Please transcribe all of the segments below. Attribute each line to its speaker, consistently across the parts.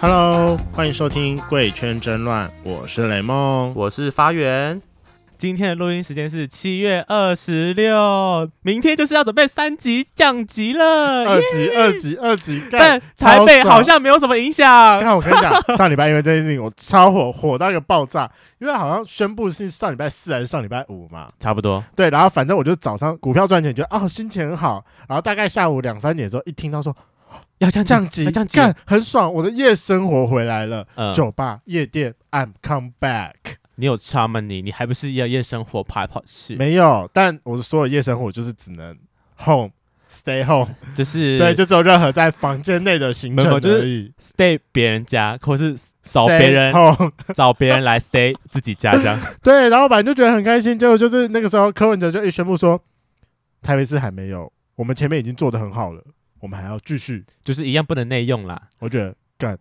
Speaker 1: Hello，欢迎收听《贵圈争乱》，我是雷梦。
Speaker 2: 我是发源。今天的录音时间是七月二十六，明天就是要准备三级降级了
Speaker 1: 二
Speaker 2: 耶
Speaker 1: 级，二级，二级，干
Speaker 2: 但台北
Speaker 1: 超爽
Speaker 2: 好像没有什么影响。
Speaker 1: 看
Speaker 3: 哎
Speaker 1: 我跟 你讲，上礼拜因为这件事情我超火，火到一个爆炸，因为好像宣布是上礼拜四还是上礼拜五嘛，
Speaker 2: 差不多，
Speaker 1: 对，然后反正我就早上股票赚钱，觉得哦心情很好，然后大概下午两三点的时候，一听到说
Speaker 2: 要 降
Speaker 1: 降级，
Speaker 2: 要降级，
Speaker 1: 干很爽，我的夜生活回来了，
Speaker 2: 嗯
Speaker 1: 酒吧、夜店，I'm come back。
Speaker 2: 你有差吗？你你还不是夜夜生活跑来跑去？
Speaker 1: 没有，但我所有夜生活就是只能 home stay home，
Speaker 2: 就是
Speaker 1: 对，就只有任何在房间内的行程
Speaker 2: 没有就是
Speaker 1: 而已。
Speaker 2: stay 别人家，或是找
Speaker 1: Stay
Speaker 2: 别人
Speaker 1: home
Speaker 2: 找别人来 stay 自己家这样。
Speaker 1: 对，然后反正就觉得很开心。结果就是那个时候，柯文哲就一宣布说，台北市还没有，我们前面已经做的很好了，我们还要继续。
Speaker 2: 就是一样不能内用啦。
Speaker 1: 我觉得干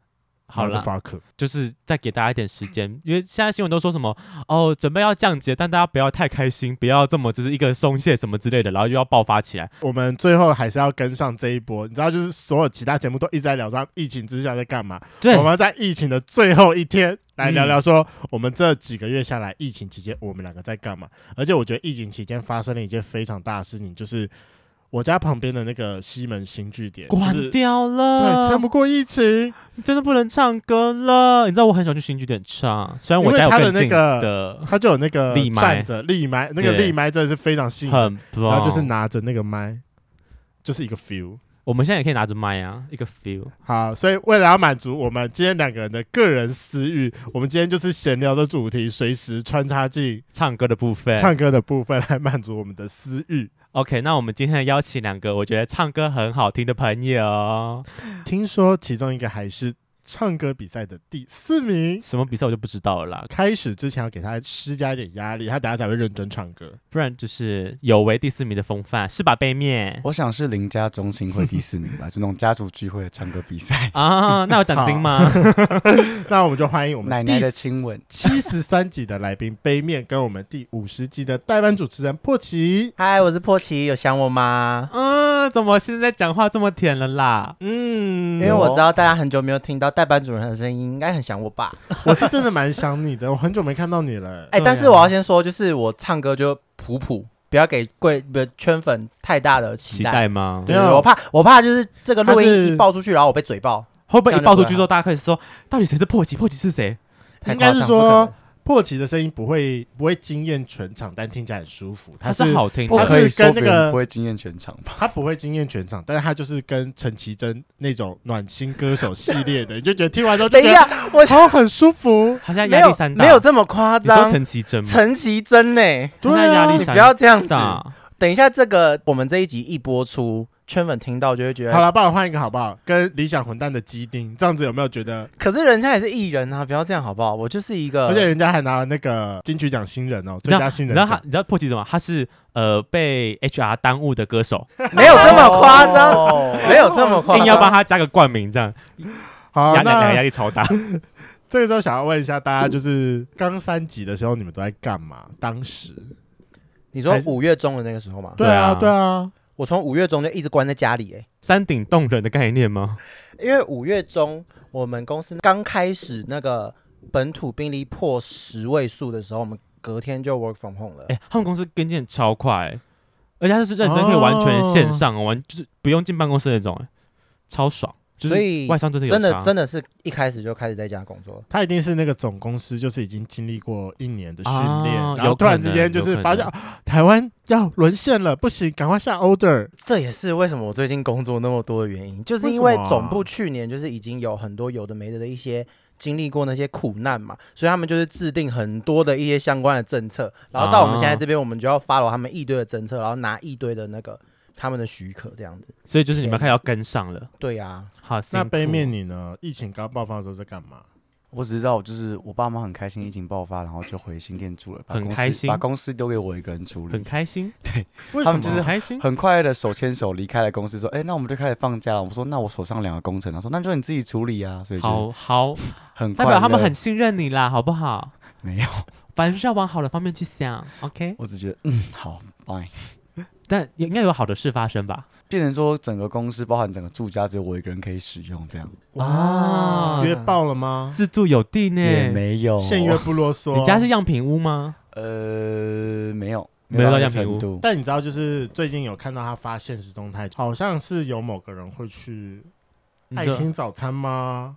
Speaker 2: 好了，
Speaker 1: 发可
Speaker 2: 就是再给大家一点时间，因为现在新闻都说什么哦，准备要降级了，但大家不要太开心，不要这么就是一个松懈什么之类的，然后又要爆发起来。
Speaker 1: 我们最后还是要跟上这一波。你知道，就是所有其他节目都一直在聊说疫情之下在干嘛，
Speaker 2: 对
Speaker 1: 我们要在疫情的最后一天来聊聊说，我们这几个月下来，疫情期间我们两个在干嘛？而且我觉得疫情期间发生了一件非常大的事情，就是我家旁边的那个西门新据点就是
Speaker 2: 关掉
Speaker 1: 对，
Speaker 2: 了
Speaker 1: 撑，不过疫情，
Speaker 2: 真的不能唱歌了。你知道我很喜欢去新剧点唱，虽然我
Speaker 1: 因为
Speaker 2: 家有
Speaker 1: 它的
Speaker 2: 更
Speaker 1: 那
Speaker 2: 近
Speaker 1: 个
Speaker 2: 的，
Speaker 1: 他就有那个
Speaker 2: 立麦
Speaker 1: 站着立麦，那个
Speaker 2: 对
Speaker 1: 立麦真的是非常吸引人，
Speaker 2: 很棒。
Speaker 1: 然后就是拿着那个麦，就是一个 feel。
Speaker 2: 我们现在也可以拿着麦啊，一个 feel。
Speaker 1: 好，所以为了要满足我们今天两个人的个人私欲，我们今天就是闲聊的主题，随时穿插进
Speaker 2: 唱歌的部分
Speaker 1: 唱歌的部分来满足我们的私欲。
Speaker 2: ，OK，那我们今天邀请两个我觉得唱歌很好听的朋友，
Speaker 1: 听说其中一个还是唱歌比赛的第四名。
Speaker 2: 什么比赛我就不知道了啦，
Speaker 1: 开始之前要给他施加一点压力，他等下才会认真唱歌。
Speaker 2: 不然就是有违第四名的风范，是吧？背面。
Speaker 3: 我想是邻家中心会第四名吧，就那种家族聚会的唱歌比赛
Speaker 2: 啊，那有奖金吗？
Speaker 1: 那我们就欢迎我
Speaker 3: 奶
Speaker 1: 们
Speaker 3: 奶
Speaker 1: 第
Speaker 3: 的亲吻，
Speaker 1: 七十三集的来宾杯面，跟我们第五十集的代班主持人破奇。
Speaker 4: 嗨，我是破奇，有想我吗？
Speaker 2: 嗯，怎么现在讲话这么甜了啦？
Speaker 1: 嗯，
Speaker 2: 啊
Speaker 4: 因为我知道大家很久没有听到代班主任的声音，应该很想我吧？
Speaker 1: 我是真的蛮想你的，我很久没看到你了。
Speaker 4: 哎、
Speaker 2: 对啊
Speaker 4: 但是我要先说，就是我唱歌就普普，不要给贵不圈粉太大的期
Speaker 2: 期
Speaker 4: 待。
Speaker 2: 待吗？
Speaker 1: 对
Speaker 4: 对，
Speaker 1: 啊
Speaker 4: 我怕我怕就是这个录
Speaker 1: 他是
Speaker 4: 音一爆出去，然后我被嘴爆，
Speaker 2: 会不会一
Speaker 4: 这样就
Speaker 2: 爆出
Speaker 4: 不会
Speaker 2: 去之后，大家开始说到底谁是破奇？破奇是谁？
Speaker 4: 太
Speaker 1: 应该是
Speaker 4: 夸张
Speaker 1: 说
Speaker 4: 不可能
Speaker 1: 破奇的声音不会不会惊艳全场，但听起来很舒服。他
Speaker 2: 它是好听
Speaker 1: 不
Speaker 2: 的，
Speaker 1: 可
Speaker 3: 可
Speaker 1: 以
Speaker 3: 以
Speaker 1: 跟
Speaker 3: 说
Speaker 1: 那个
Speaker 3: 别人不会惊艳全场吧？
Speaker 1: 他不会惊艳全场，但是他就是跟陈绮贞那种暖心歌手系列 的，你就觉得听完之后就
Speaker 4: 等
Speaker 1: 觉
Speaker 4: 一
Speaker 1: 得
Speaker 4: 下，我
Speaker 1: 哦很舒服。
Speaker 2: 好像
Speaker 4: 没
Speaker 2: 压力
Speaker 4: 有
Speaker 2: 山大。
Speaker 4: 没有这么夸
Speaker 2: 你说
Speaker 4: 张，
Speaker 2: 陈绮贞吗？
Speaker 4: 陈绮贞呢？
Speaker 1: 对
Speaker 2: 那压
Speaker 1: 啊
Speaker 2: 力，
Speaker 4: 你
Speaker 2: 山
Speaker 4: 不要这样子。
Speaker 2: 大，
Speaker 4: 等一下，这个我们这一集一播出，圈粉听到就会觉
Speaker 1: 好
Speaker 4: 得，
Speaker 1: 了，帮我换一个好不好？跟理想混蛋的基丁，这样子有没有觉得？
Speaker 4: 可是人家也是艺人啊，不要这样好不好？我就是一个，
Speaker 1: 而且人家还拿了那个金曲奖新人哦，
Speaker 2: 呃你
Speaker 1: 最
Speaker 2: 知道
Speaker 1: 佳新
Speaker 2: 你
Speaker 1: 人
Speaker 2: 知道他
Speaker 1: 奖。
Speaker 2: 你知道破奇什么？他是呃被 HR 耽误的歌手，
Speaker 4: 没有这么夸张，没有这么夸张，
Speaker 2: 哦硬要帮他加个冠名，这样
Speaker 1: 好，
Speaker 2: 压力两个压
Speaker 1: 那
Speaker 2: 力超大。
Speaker 1: 这个时候想要问一下大家，就是刚三集的时候你们都在干嘛？当时？
Speaker 4: 你说五月中的那个时候吗？
Speaker 1: 对
Speaker 2: 对
Speaker 1: 啊，
Speaker 2: 啊
Speaker 1: 对啊，
Speaker 4: 我从五月中就一直关在家里、欸，
Speaker 2: 山顶洞人的概念吗？
Speaker 4: 因为五月中我们公司刚开始那个本土病例破十位数的时候，我们隔天就 work from home 了。
Speaker 2: 哎，他们公司跟进得超快，欸而且他就是认真可以完
Speaker 1: 哦
Speaker 2: 全线上，哦完就是不用进办公室那种，欸超爽。就是
Speaker 4: 所以
Speaker 2: 外商真的有
Speaker 4: 真的
Speaker 2: 差
Speaker 4: 真的是一开始就开始在家工作了，
Speaker 1: 他一定是那个总公司，就是已经经历过一年的训练，
Speaker 2: 哦
Speaker 1: 然后
Speaker 2: 有
Speaker 1: 突
Speaker 2: 可
Speaker 1: 然之间
Speaker 2: 能
Speaker 1: 就是
Speaker 2: 有可
Speaker 1: 发现
Speaker 2: 能
Speaker 1: 啊台湾要沦陷了，不行，赶快下 order。
Speaker 4: 这也是为什么我最近工作那么多的原因，就是因
Speaker 1: 为
Speaker 4: 为
Speaker 1: 什么啊
Speaker 4: 总部去年就是已经有很多有的没的的一些经历过那些苦难嘛，所以他们就是制定很多的一些相关的政策，然后到我们现在这边，我们就要 follow 他们一堆的政策，然后拿一堆的那个他们的许可这样子。
Speaker 2: 所以就是你们开始要跟上了。
Speaker 4: 对啊呀、
Speaker 2: 好，辛
Speaker 1: 那
Speaker 2: 苦
Speaker 1: 杯面你呢？疫情刚爆发的时候在干嘛？
Speaker 3: 我只知道，就是我爸妈很开心疫情爆发，然后就回新店住了，把
Speaker 2: 很
Speaker 3: 公司
Speaker 2: 开心
Speaker 3: 把公司丢给我一个人处
Speaker 2: 很
Speaker 3: 理。
Speaker 2: 开心，
Speaker 1: 为
Speaker 3: 他
Speaker 1: 什
Speaker 3: 们
Speaker 1: 么？
Speaker 3: 就是
Speaker 2: 很开心。
Speaker 3: 很快的手牵手离开了公司，说：“哎、那我们就开始放假了。”我说：“那我手上两个工程。”他说：“那就你自己处理啊。”所以就
Speaker 2: 好好，
Speaker 3: 很快
Speaker 2: 代
Speaker 3: 乐。
Speaker 2: 表他们很信任你啦，好不好？
Speaker 3: 没有，
Speaker 2: 反正是要往好的方面去想，OK？
Speaker 3: 我只觉得嗯好 fine。
Speaker 2: 但也应该有好的事发生吧？
Speaker 3: 变成说整个公司包含整个住家只有我一个人可以使用这样，
Speaker 2: 啊
Speaker 1: 约爆了吗？
Speaker 2: 自助有地呢？
Speaker 3: 也没有
Speaker 1: 现约不啰嗦。
Speaker 2: 你家是样品屋吗？
Speaker 3: 呃没有
Speaker 2: 没有到
Speaker 3: 那个
Speaker 2: 样品
Speaker 3: 程
Speaker 2: 屋
Speaker 3: 度，
Speaker 1: 但你知道，就是最近有看到他发现实动态，好像是有某个人会去
Speaker 2: 你
Speaker 1: 爱
Speaker 2: 这
Speaker 1: 心早餐吗？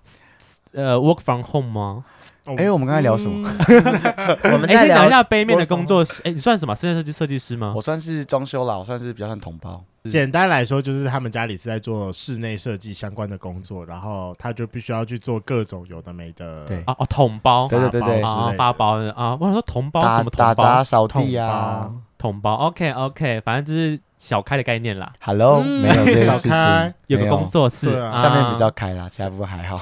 Speaker 2: 呃，work from home 吗？
Speaker 1: 哦
Speaker 3: 哎我们刚才聊什么？
Speaker 1: 嗯
Speaker 4: 我们
Speaker 2: 哎，
Speaker 4: 再
Speaker 2: 先讲一
Speaker 4: 聊
Speaker 2: 下杯面的
Speaker 4: work from
Speaker 2: 工作室。哎，你算什么？室内设计设计师吗
Speaker 3: 我？算是装修啦，我算是比较算同胞，
Speaker 1: 简单来说，就是他们家里是在做室内设计相关的工作，然后他就必须要去做各种有的没的，
Speaker 3: 对
Speaker 2: 啊哦，桶包
Speaker 3: 对对对对
Speaker 1: 发包之
Speaker 2: 啊，
Speaker 1: 类的
Speaker 2: 发包的啊，我想说同包
Speaker 3: 打
Speaker 2: 什么
Speaker 3: 打
Speaker 2: 同
Speaker 3: 杂
Speaker 2: 包？
Speaker 3: 扫
Speaker 1: 桶
Speaker 3: 地啊
Speaker 1: 包
Speaker 2: 桶包，OK OK，反正就是小开的概念啦。
Speaker 3: ，Hello，
Speaker 1: 嗯
Speaker 3: 没有这件
Speaker 1: 小
Speaker 3: 事
Speaker 1: 开
Speaker 3: 情，
Speaker 2: 有
Speaker 3: 没
Speaker 2: 个工作室，
Speaker 1: 对啊
Speaker 3: 下面比较开啦，其他部分还好。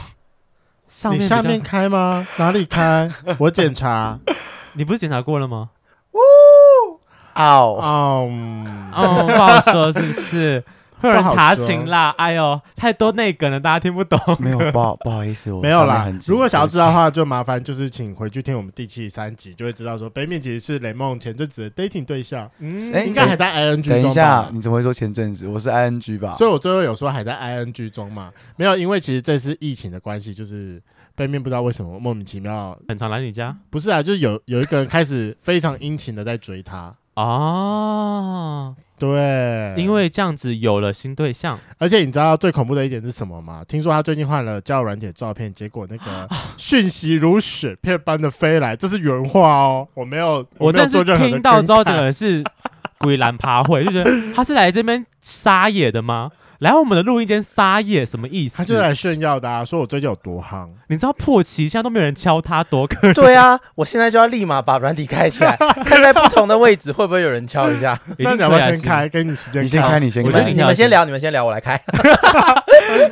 Speaker 2: 上
Speaker 1: 你
Speaker 2: 面
Speaker 1: 下
Speaker 2: 比较
Speaker 1: 面开吗？哪里 开？我检查。
Speaker 2: 你不是检查过了吗？
Speaker 4: 哦，
Speaker 1: 哦，嗯
Speaker 2: 哦，不好说是不是？会有 人
Speaker 1: 不好
Speaker 2: 查
Speaker 1: 说
Speaker 2: 情啦，哎呦，太多内梗了，大家听不懂。
Speaker 3: 没有，不好不好意思，我
Speaker 1: 没有
Speaker 3: 上面
Speaker 1: 啦
Speaker 3: 很。紧哎
Speaker 1: 如果想要知道
Speaker 3: 对
Speaker 1: 的
Speaker 3: 不
Speaker 1: 话，就麻烦就是请回去听我们第七十三集，就会知道说北面其实是雷梦前阵子的 dating 对象，
Speaker 2: 嗯
Speaker 3: 哎
Speaker 1: 应该还在
Speaker 3: 起
Speaker 1: ing
Speaker 3: 等一
Speaker 1: 中
Speaker 3: 下
Speaker 1: 吧，？
Speaker 3: 你怎么会说前阵子？我是 ING 吧？
Speaker 1: 所以我最后有说还在 ing 中嘛？没有，因为其实这次疫情的关系，就是北面不知道为什么莫名其妙，
Speaker 2: 很常来你家
Speaker 1: 不是啊，就是有有一个人开始非常殷勤的在追他。
Speaker 2: 哦，
Speaker 1: 对，
Speaker 2: 因为这样子有了新对象，
Speaker 1: 而且你知道最恐怖的一点是什么吗？听说他最近换了交友软体的照片，结果那个
Speaker 2: 啊
Speaker 1: 讯息如雪片般的飞来，这是原话哦，我没有，
Speaker 2: 我
Speaker 1: 没有
Speaker 2: 真
Speaker 1: 做
Speaker 2: 是
Speaker 1: 任何的
Speaker 2: 听到之后，
Speaker 1: 更
Speaker 2: 整
Speaker 1: 改
Speaker 2: 个人是鬼兰爬会，就觉得他是来这边撒野的吗？来我们的录音间撒野什么意思？
Speaker 1: 他就是来炫耀的、啊，说我最近有多夯。
Speaker 2: 你知道破奇现在都没有人敲他，多可
Speaker 4: 对啊，我现在就要立马把软体开起来，看在不同的位置会不会有人敲一下。
Speaker 2: 一
Speaker 1: 那
Speaker 2: 定
Speaker 1: 你要不
Speaker 2: 可以
Speaker 1: 要
Speaker 2: 来
Speaker 1: 先
Speaker 2: 试
Speaker 1: 开？给你时间，
Speaker 3: 你先开，。你先
Speaker 2: 我觉得
Speaker 3: 开。
Speaker 4: 你们先聊，你们先聊，我来开。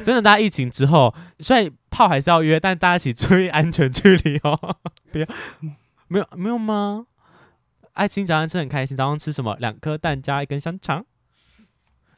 Speaker 2: 真的，大家疫情之后，虽然炮还是要约，但大家一起注意安全距离哦。 不要，没有没有吗？爱情早上吃很开心，早上吃什么？两颗蛋加一根香肠。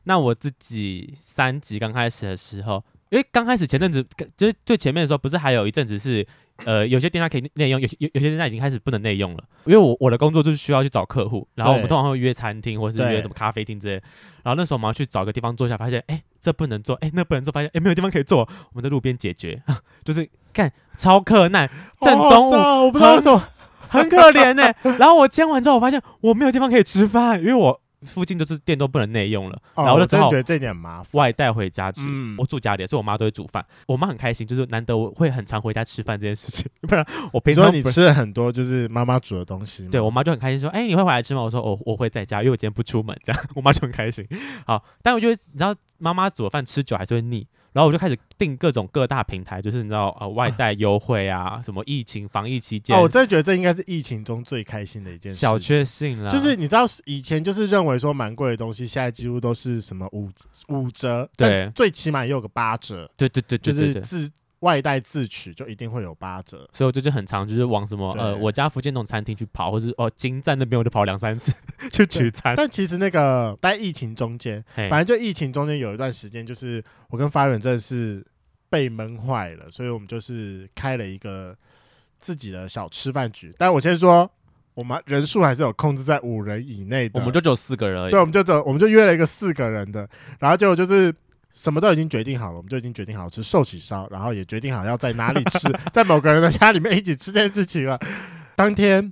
Speaker 2: 那我自己三级刚开始的时候，因为刚开始前阵子就是最前面的时候，不是还有一阵子是，呃，有些店家可以内用，有些有有些店家已经开始不能内用了。因为我我的工作就是需要去找客户，然后我们
Speaker 1: 对
Speaker 2: 通常会约餐厅或是
Speaker 1: 对
Speaker 2: 约什么咖啡厅之类的。然后那时候我们要去找个地方坐下，发现哎这不能坐，哎那不能坐，发现哎没有地方可以坐，我们在路边解决， 就是看超克难，正中午
Speaker 1: 午，哦我不知道为什么。
Speaker 2: 很可怜呢、然后我签完之后，我发现我没有地方可以吃饭，因为我附近就是店都不能内用了，
Speaker 1: 哦
Speaker 2: 然后
Speaker 1: 我
Speaker 2: 我就只
Speaker 1: 真的
Speaker 2: 好
Speaker 1: 觉得这一点很麻烦。
Speaker 2: 外带回家吃。
Speaker 1: 嗯
Speaker 2: 我住家里，所以我妈都会煮饭，我妈很开心，就是难得我会很常回家吃饭这件事情， 不然我
Speaker 1: 比如
Speaker 2: 平
Speaker 1: 说
Speaker 2: 常
Speaker 1: 你
Speaker 2: 不是。
Speaker 1: 吃了很多就是妈妈煮的东西吗，
Speaker 2: 对我妈就很开心，说：“哎、你会回来吃吗？”我说：“我、我会在家，因为我今天不出门。”这样，我妈就很开心。好，但我觉得你知道，妈妈煮的饭吃久还是会腻，然后我就开始订各种各大平台，就是你知道呃外带优惠啊，什么疫情防疫期间、
Speaker 1: 哦，我真的觉得这应该是疫情中最开心的一件事。
Speaker 2: 小确幸啦，
Speaker 1: 就是你知道以前就是认为说蛮贵的东西，现在几乎都是什么五五折，
Speaker 2: 对
Speaker 1: 但最起码也有个八折，
Speaker 2: 对对对
Speaker 1: 就
Speaker 2: 对对
Speaker 1: 是
Speaker 2: 对。
Speaker 1: 自外带自取就一定会有八折。
Speaker 2: 所以我最近很常就是往什么
Speaker 1: 对
Speaker 2: 呃我家附近那种餐厅去跑，或是哦金站那边我 就跑两三次去取哎餐。
Speaker 1: 但其实那个在疫情中间，
Speaker 2: 嘿
Speaker 1: 反正就疫情中间有一段时间，就是我跟发源真的是被闷坏了，所以我们就是开了一个自己的小吃饭局。但我先说，我们人数还是有控制在五人以内的，
Speaker 2: 我们就只有四个人而已
Speaker 1: 对，。我们就走，我们就约了一个四个人的，然后结果就是什么都已经决定好了，我们就已经决定好吃寿喜烧，然后也决定好要在哪里 吃，在某个人的家里面一起吃这件事情了。当天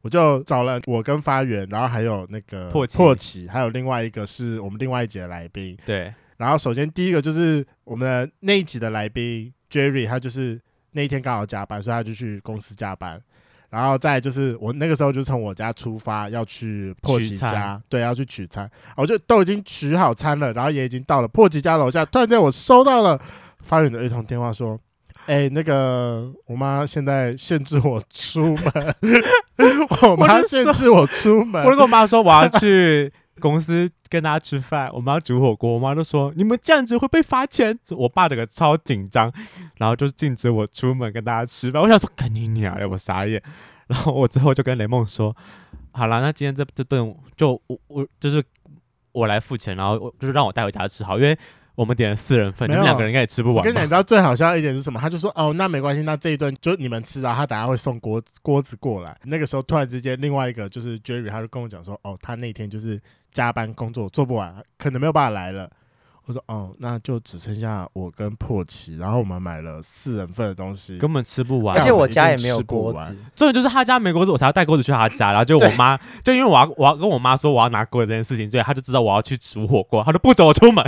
Speaker 1: 我就找了我跟发源，然后还有那个
Speaker 2: 破奇
Speaker 1: 破奇，还有另外一个是我们另外一节的来宾。
Speaker 2: 对，
Speaker 1: 然后首先第一个就是我们的那一集的来宾 Jerry，他就是那一天刚好加班，所以他就去公司加班。然后再来就是我那个时候就从我家出发要去破
Speaker 2: 取
Speaker 1: 奇
Speaker 2: 餐
Speaker 1: 家，对，要去取餐，我就都已经取好餐了，然后也已经到了破奇家楼下。突然间我收到了发源的一通电话说。哎、那个，我妈现在限制我出 门，我妈
Speaker 2: 我就
Speaker 1: 限
Speaker 2: 说
Speaker 1: 制我出门
Speaker 2: 我。就跟我妈说我要去公司跟大家吃饭，我们要煮火锅，我妈就说你们这样子会被罚钱。我爸整个超紧张，然后就是禁止我出门跟大家吃饭。我想说肯定你啊，我傻眼。然后我之后就跟雷梦说，好啦，那今天这这顿就我我就是我来付钱，然后我就是让我带回家吃好，因为我们点了四人份，你
Speaker 1: 没有
Speaker 2: 们两个人应该也吃不
Speaker 1: 我
Speaker 2: 完
Speaker 1: 跟你讲，你
Speaker 2: 吧。
Speaker 1: 知道最好笑的一点是什么？他就说哦，那没关系，那这一顿就你们吃啊，他等下会送锅锅子过来。那个时候突然之间，另外一个就是 Jerry，他就跟我讲说，哦，他那天就是加班工作做不完，可能没有办法来了。我说哦，那就只剩下我跟破奇，然后我们买了四人份的东西，
Speaker 2: 根本吃不完
Speaker 4: 而。且我家也
Speaker 1: 一
Speaker 4: 没
Speaker 1: 定
Speaker 4: 有
Speaker 1: 吃不
Speaker 4: 锅
Speaker 1: 完
Speaker 4: 子，
Speaker 2: 重点就是他家没锅子，我才要带锅子去他家，然后就我妈，就因为我要我要跟我妈说我要拿锅子这件事情，所以她就知道我要去煮火锅，她就不准我出门。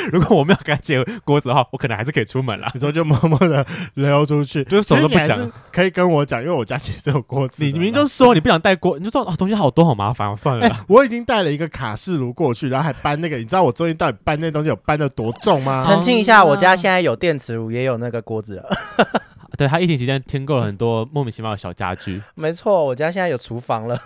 Speaker 2: 如果我没有跟她借锅子的话，我可能还是可以出门啦。
Speaker 1: 你说就默默的溜出去，
Speaker 2: 就是什么都不讲，啊
Speaker 1: 可以跟我讲，因为我家其实有锅子的。
Speaker 2: 你明明就说你不想带锅，你就说哦东西好多好麻烦，我算了
Speaker 1: 哎、
Speaker 2: 啦。
Speaker 1: 我已经带了一个卡式炉过去，然后还搬那个，你知道我最近到底搬那东西有搬的多重吗？
Speaker 4: 澄清一下，我
Speaker 2: 啊
Speaker 4: 家现在有电磁炉，也有那个锅子了。
Speaker 2: 对她疫情期间添购了很多莫名其妙的小家 具，
Speaker 4: 没错，我家现在有厨房了。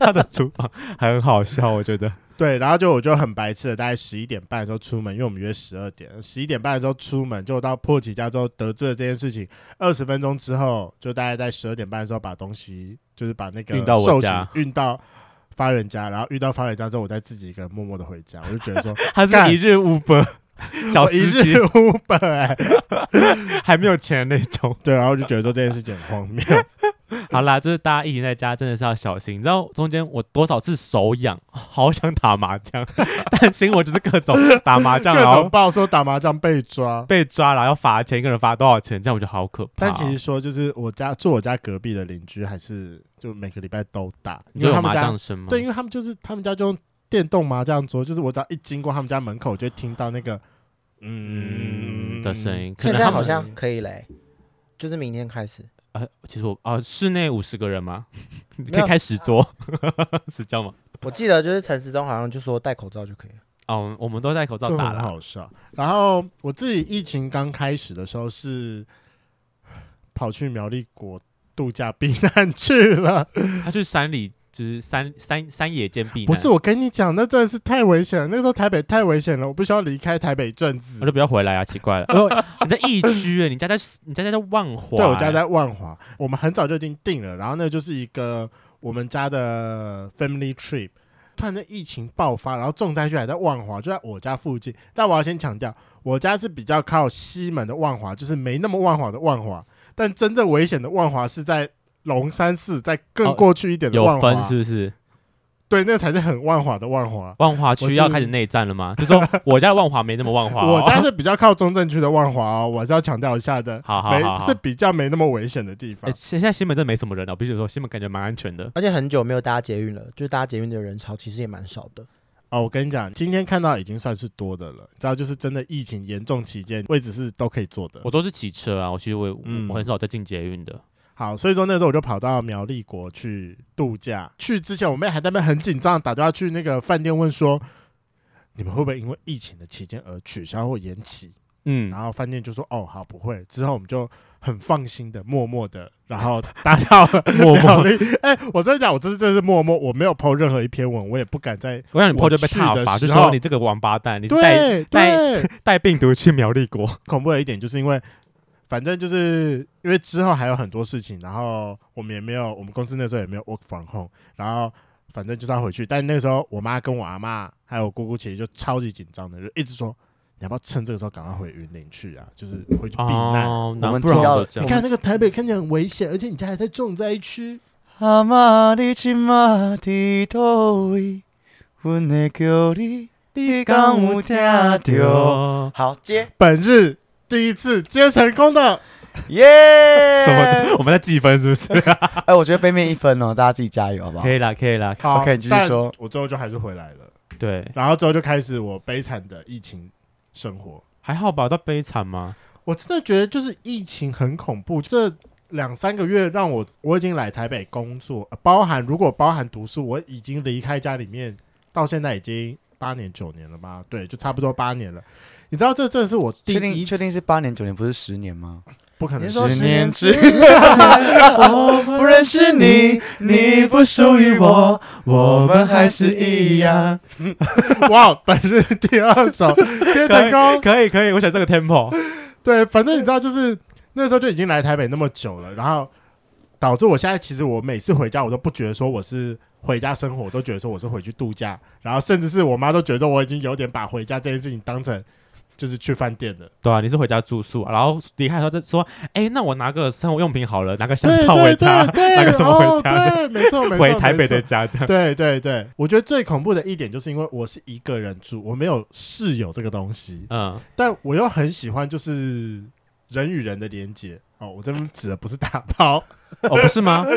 Speaker 2: 她的厨房很好笑，我觉得。
Speaker 1: 对，然后就我就很白痴的，大概十一点半的时候出门，因为我们约十二点，十一点半的时候出门，就到破奇家之后得知了这件事情，二十分钟之后，就大概在十二点半的时候把东西，就是把那个
Speaker 2: 运到我
Speaker 1: 寿喜
Speaker 2: 家
Speaker 1: 运到发源家，然后运到发源家之后，我再自己一个人默默的回家，我就觉得说
Speaker 2: 他是
Speaker 1: 干
Speaker 2: 一日 Uber 小
Speaker 1: 我一
Speaker 2: 司
Speaker 1: 日
Speaker 2: 机，
Speaker 1: 无本、哎
Speaker 2: 还没有钱的那种。
Speaker 1: 对，然后就觉得说这件事情很荒 谬，
Speaker 2: 好啦，就是大家疫情在家真的是要小心。你知道中间我多少次手痒， 好想打麻将， 但新闻就是各种打麻将，
Speaker 1: 各
Speaker 2: 然
Speaker 1: 种
Speaker 2: 后
Speaker 1: 报说打麻将被抓，
Speaker 2: 被抓，然后要罚钱，一个人罚多少钱，这样我觉得好可怕。哦
Speaker 1: 但其实说就是我家住我家隔壁的邻居，还是就每个礼拜都打，
Speaker 2: 你
Speaker 1: 因
Speaker 2: 就
Speaker 1: 为
Speaker 2: 有
Speaker 1: 他们
Speaker 2: 麻
Speaker 1: 家
Speaker 2: 将声吗？
Speaker 1: 对，因，为他们就是他们家就用电动麻将桌，就是我只要一经过他们家门口，我就会听到那个嗯
Speaker 2: 嗯的声。音。可
Speaker 4: 现
Speaker 2: 能
Speaker 4: 在
Speaker 2: 他
Speaker 4: 好
Speaker 2: 们
Speaker 4: 像可以嘞，就是明天开始。
Speaker 2: 呃，其实我啊、室内五十个人吗？ 你可
Speaker 4: 没
Speaker 2: 以
Speaker 4: 有
Speaker 2: 开十桌， 是这样吗？
Speaker 4: 我记得就是陈时中好像就说戴口罩就可以了。
Speaker 2: 哦，我们都戴口罩
Speaker 1: 就
Speaker 2: 打
Speaker 1: 很
Speaker 2: 了。
Speaker 1: 好笑。然后我自己疫情刚开始的时候是跑去苗栗国度假避难去了，
Speaker 2: 他去山里，就是山山山野间避难，
Speaker 1: 不是我跟你讲，那真的是太危险了。那个时候台北太危险了，我必须要离开台北一阵子
Speaker 2: 我。就不要回来啊，奇怪了。哦，你在疫区欸，你家在你家在在万华欸，
Speaker 1: 对，我家在万华，我们很早就已经定了，然后那就是一个我们家的 family trip。突然间疫情爆发，然后重灾区还在万华，就在我家附近。但我要先强调，我家是比较靠西门的万华，就是没那么万华的万华。但真正危险的万华是在龙山寺，在更
Speaker 2: 哦
Speaker 1: 过去一点的
Speaker 2: 有
Speaker 1: 万华，
Speaker 2: 分是不是？
Speaker 1: 对，那才是很万华的万华。
Speaker 2: 万华
Speaker 1: 我
Speaker 2: 区
Speaker 1: 是
Speaker 2: 要开始内战了吗？就说我家的万华没那么万华哦，
Speaker 1: 我家是比较靠中正区的万华哦，我是要强调一下的，
Speaker 2: 好好
Speaker 1: 没
Speaker 2: 好好
Speaker 1: 是比较没那么危险的地方
Speaker 2: 欸。现现在西门真的没什么人了，我必须说西门感觉蛮安全
Speaker 1: 嗯
Speaker 2: 的。
Speaker 4: 而且很久没有搭捷运了，就是搭捷运的人潮其实也蛮少的。
Speaker 1: 哦，我跟你讲，今天看到已经算是多的了。你知道，就是真的疫情严重期间，位置是都可以坐的
Speaker 2: 我。都是骑车啊，我其实我也
Speaker 1: 嗯
Speaker 2: 我很少在进捷运的。
Speaker 1: 好，所以说那时候我就跑到苗栗国去度假。去之前，我妹还在那边很紧张，打电话去那个饭店问说，你们会不会因为疫情的期间而取消或延期？
Speaker 2: 嗯，
Speaker 1: 然后饭店就说，哦，好，不会。之后我们就很放心的、默默的，然后达到了
Speaker 2: 默
Speaker 1: 苗
Speaker 2: 默，
Speaker 1: 栗。哎、我真的讲，我这是真的是默默，我没有 PO 任何一篇文，我也不敢再
Speaker 2: 我让你破就被
Speaker 1: 我去的
Speaker 2: 踏伐，就
Speaker 1: 时候
Speaker 2: 说你这个王八蛋，你是带
Speaker 1: 对
Speaker 2: 带
Speaker 1: 对。
Speaker 2: 带病毒去苗栗国。
Speaker 1: 恐怖的一点，就是因为反正就是因为之后还有很多事情，然后我们也没有，我们公司那时候也没有 work from home，然后反正就是要回去。但那个时候，我妈跟我阿妈还有我姑姑其实就超级紧张的，就一直说你要不要趁这个时候赶快回云林去啊，就是回去避难。
Speaker 2: 哦，
Speaker 3: 我
Speaker 2: 那
Speaker 3: 们
Speaker 2: 不然
Speaker 3: 提到
Speaker 2: 我就这
Speaker 1: 你
Speaker 2: 样。
Speaker 1: 看那个台北看起来很危险，而且你家还在重灾区。
Speaker 3: 阿妈，你即马伫倒位？阮会叫你，你敢有听着？好接
Speaker 1: 本日第一次接成功的，
Speaker 3: 耶！
Speaker 2: 什么？我们在计分是不是？
Speaker 3: 哎，我觉得背面一分哦，大家自己加油 好不好
Speaker 2: 可？以啦，可以啦。
Speaker 1: 好
Speaker 3: OK，继续
Speaker 1: 但
Speaker 3: 说
Speaker 1: 我最后就还是回来了，
Speaker 2: 对，
Speaker 1: 然后之后就开始我悲惨的疫情生活。
Speaker 2: 还好吧，到悲惨吗？
Speaker 1: 我真的觉得就是疫情很恐怖，这两三个月让我我已经来台北工作，呃包含如果包含读书，我已经离开家里面到现在已经八年九年了吧？对，就差不多八年了。你知道这这是我第
Speaker 3: 确定
Speaker 1: 一
Speaker 3: 确定是八年九年，不是十年吗？
Speaker 1: 不可能
Speaker 4: 你
Speaker 1: 是
Speaker 4: 说
Speaker 3: 十
Speaker 4: 十
Speaker 3: 年
Speaker 4: 年
Speaker 3: 之
Speaker 4: 之
Speaker 3: 我不认识你，你不属于我，我们还是一样。
Speaker 1: 哇！本日第二首接成功，
Speaker 2: 可以可以，我想这个 tempo
Speaker 1: 对，反正你知道就是那时候就已经来台北那么久了，然后导致我现在其实我每次回家我都不觉得说我是回家生活，我都觉得说我是回去度假，然后甚至是我妈都觉得我已经有点把回家这件事情当成就是去饭店 的，
Speaker 2: 对啊，你是回家住宿啊，然后离开的时候就说，哎、那我拿个生活用品好了，拿个香
Speaker 1: 对
Speaker 2: 皂回家，
Speaker 1: 对对
Speaker 2: 拿个什么回
Speaker 1: 哦
Speaker 2: 家这样
Speaker 1: 对，没错没错，
Speaker 2: 回台北
Speaker 1: 没错
Speaker 2: 的家这样。
Speaker 1: 对对对，我觉得最恐怖的一点就是因为我是一个人住，我没有室友这个东西，
Speaker 2: 嗯，
Speaker 1: 但我又很喜欢就是人与人的连接。哦，我这边指的不是打炮，
Speaker 2: 哦，不 是吗
Speaker 1: 哦、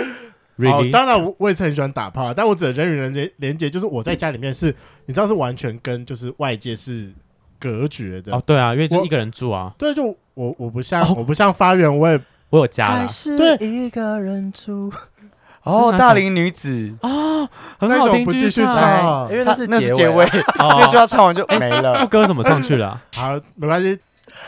Speaker 2: ？Really？
Speaker 1: 当然我我也是很喜欢打炮啦，啊但我指的人与人连连接就是我在家里面是，你知道是完全跟就是外界是隔绝的。
Speaker 2: 哦，对啊，因为就
Speaker 1: 我
Speaker 2: 一个人住啊，
Speaker 1: 对，就我我不像、
Speaker 2: 哦
Speaker 1: 我不像发源，我也
Speaker 2: 我有家啊啦
Speaker 4: 还。是
Speaker 1: 对
Speaker 4: 一个人住，
Speaker 2: 是
Speaker 3: 哦，
Speaker 2: 那
Speaker 3: 大
Speaker 2: 首
Speaker 3: 龄女子，
Speaker 2: 啊，很
Speaker 1: 那
Speaker 2: 好
Speaker 1: 种
Speaker 2: 听，
Speaker 1: 不继续
Speaker 2: 唱欸
Speaker 1: 猜
Speaker 4: 哎因为那是
Speaker 3: 那是
Speaker 4: 结
Speaker 3: 结
Speaker 4: 尾
Speaker 3: 尾
Speaker 4: 啊。，
Speaker 3: 那句
Speaker 2: 哦。
Speaker 3: 话唱完就没
Speaker 2: 副
Speaker 3: 了。
Speaker 2: 歌怎么上去了？啊
Speaker 1: 好没关系，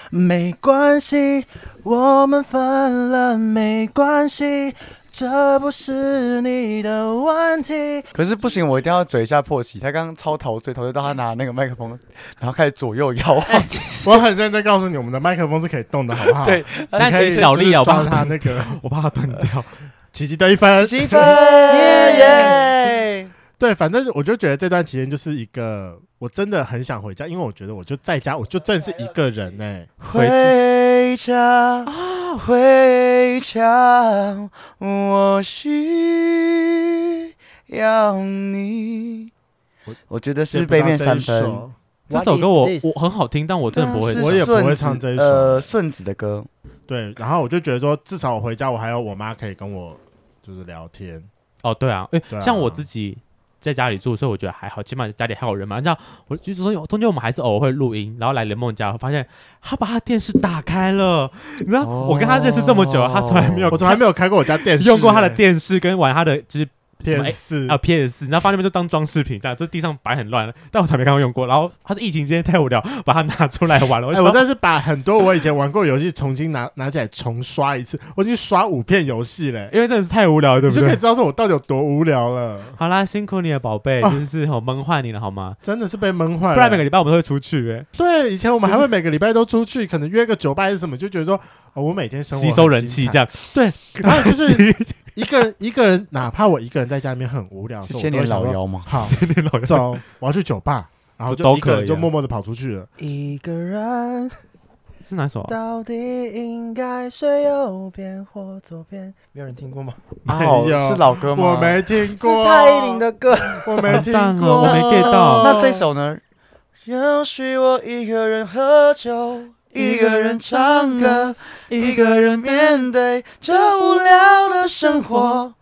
Speaker 4: 没关系，我们分了，没关系，这不是你的问题。
Speaker 3: 可是不行，我一定要嘴一下破奇。他刚刚超陶醉，陶醉到他拿那个麦克风，然后开始左右摇晃。
Speaker 1: 我很认真告诉你，我们的麦克风是可以动的，好不好？
Speaker 3: 对，
Speaker 2: 但
Speaker 1: 你可
Speaker 2: 其
Speaker 1: 以
Speaker 2: 实小
Speaker 1: 就是
Speaker 2: 丽有
Speaker 1: 抓
Speaker 2: 帮
Speaker 1: 他
Speaker 2: 他，
Speaker 1: 那 个
Speaker 2: 我怕他断掉。
Speaker 1: 奇迹得一分，
Speaker 3: 积
Speaker 4: 耶
Speaker 3: 分
Speaker 4: 耶！
Speaker 1: 对，反正我就觉得这段期间就是一个，我真的很想回家，因为我觉得我就在家，我就真的是一个人欸呢、
Speaker 2: 回去
Speaker 3: 回家，
Speaker 1: 哦
Speaker 3: 回家，我需要你
Speaker 1: 我。
Speaker 3: 我觉得是背面三
Speaker 1: 点不到这一
Speaker 3: 分，
Speaker 1: 首。
Speaker 2: 这
Speaker 4: What
Speaker 2: 首歌
Speaker 4: is
Speaker 2: 我
Speaker 4: this？
Speaker 2: 我很好听，但我真的不会
Speaker 3: 是
Speaker 1: 我也不会
Speaker 3: 顺
Speaker 1: 唱
Speaker 3: 子
Speaker 1: 这一首
Speaker 3: 呃，顺子的歌，
Speaker 1: 对，然后我就觉得说，至少我回家，我还有我妈可以跟我就是聊天。
Speaker 2: 哦，对啊，因
Speaker 1: 对
Speaker 2: 为
Speaker 1: 啊
Speaker 2: 像我自己在家里住，所以我觉得还好，起码家里还有人嘛。你知道，我就是说中间我们还是偶尔会录音，然后来雷梦家，我发现他把他电视打开了。你知道，
Speaker 3: 哦
Speaker 2: 我跟他认识这么久，他从来没有
Speaker 1: 我从来没有开过我家哦电视、欸
Speaker 2: 用过他的电视跟玩他的就是什么
Speaker 1: PS 四
Speaker 2: 啊 PS 四，然后放那边就当装饰品这样，就地上摆很乱，但我从来没看过用过。然后他是疫情期间太无聊，把它拿出来玩了。我
Speaker 1: 哎、
Speaker 2: 就
Speaker 1: 我
Speaker 2: 说
Speaker 1: 真的是把很多我以前玩过的游戏重新拿拿起来重刷一次，我已经刷五遍游戏嘞、
Speaker 2: 因为真的是太无聊了，对
Speaker 1: 你
Speaker 2: 不
Speaker 1: 就可以
Speaker 2: 对
Speaker 1: 知？道说我到底有多无聊了，
Speaker 2: 好啦，辛苦你了，宝贝，
Speaker 1: 啊
Speaker 2: 真是好闷坏你了，好吗？
Speaker 1: 真的是被闷坏了。
Speaker 2: 不然每个礼拜我们都会出去、欸，
Speaker 1: 对，以前我们还会每个礼拜都出去，可能约个酒吧还是什么，就觉得说，哦、我每天生活
Speaker 2: 吸收人气这
Speaker 1: 样。
Speaker 2: 样。
Speaker 1: 然后 就是一个人，一个人，哪怕我一个人在家里面很无聊的时
Speaker 3: 是
Speaker 1: 候，
Speaker 3: 千年老
Speaker 1: 妖，
Speaker 3: 妖吗？
Speaker 1: 好
Speaker 2: 你老人
Speaker 1: 走，我要去酒吧，然后就
Speaker 2: 这都
Speaker 1: 一个
Speaker 2: 可
Speaker 1: 人
Speaker 2: 以
Speaker 1: 就
Speaker 2: 啊
Speaker 1: 默默的跑出去了。
Speaker 4: 一个人
Speaker 2: 是哪首啊？
Speaker 4: 到底应该睡右边或左边？没有人听过吗？
Speaker 1: 没有
Speaker 3: 哦，是老歌吗？
Speaker 1: 哎我没听
Speaker 4: 是
Speaker 1: 过
Speaker 4: 蔡依林，的歌。
Speaker 1: 我没听
Speaker 2: 完蛋
Speaker 1: 过，
Speaker 2: 了我没 get 到
Speaker 3: 那这首呢？
Speaker 4: 允许我一个人喝酒，
Speaker 3: 一个人唱歌，
Speaker 4: 一个人面对这无聊的生活，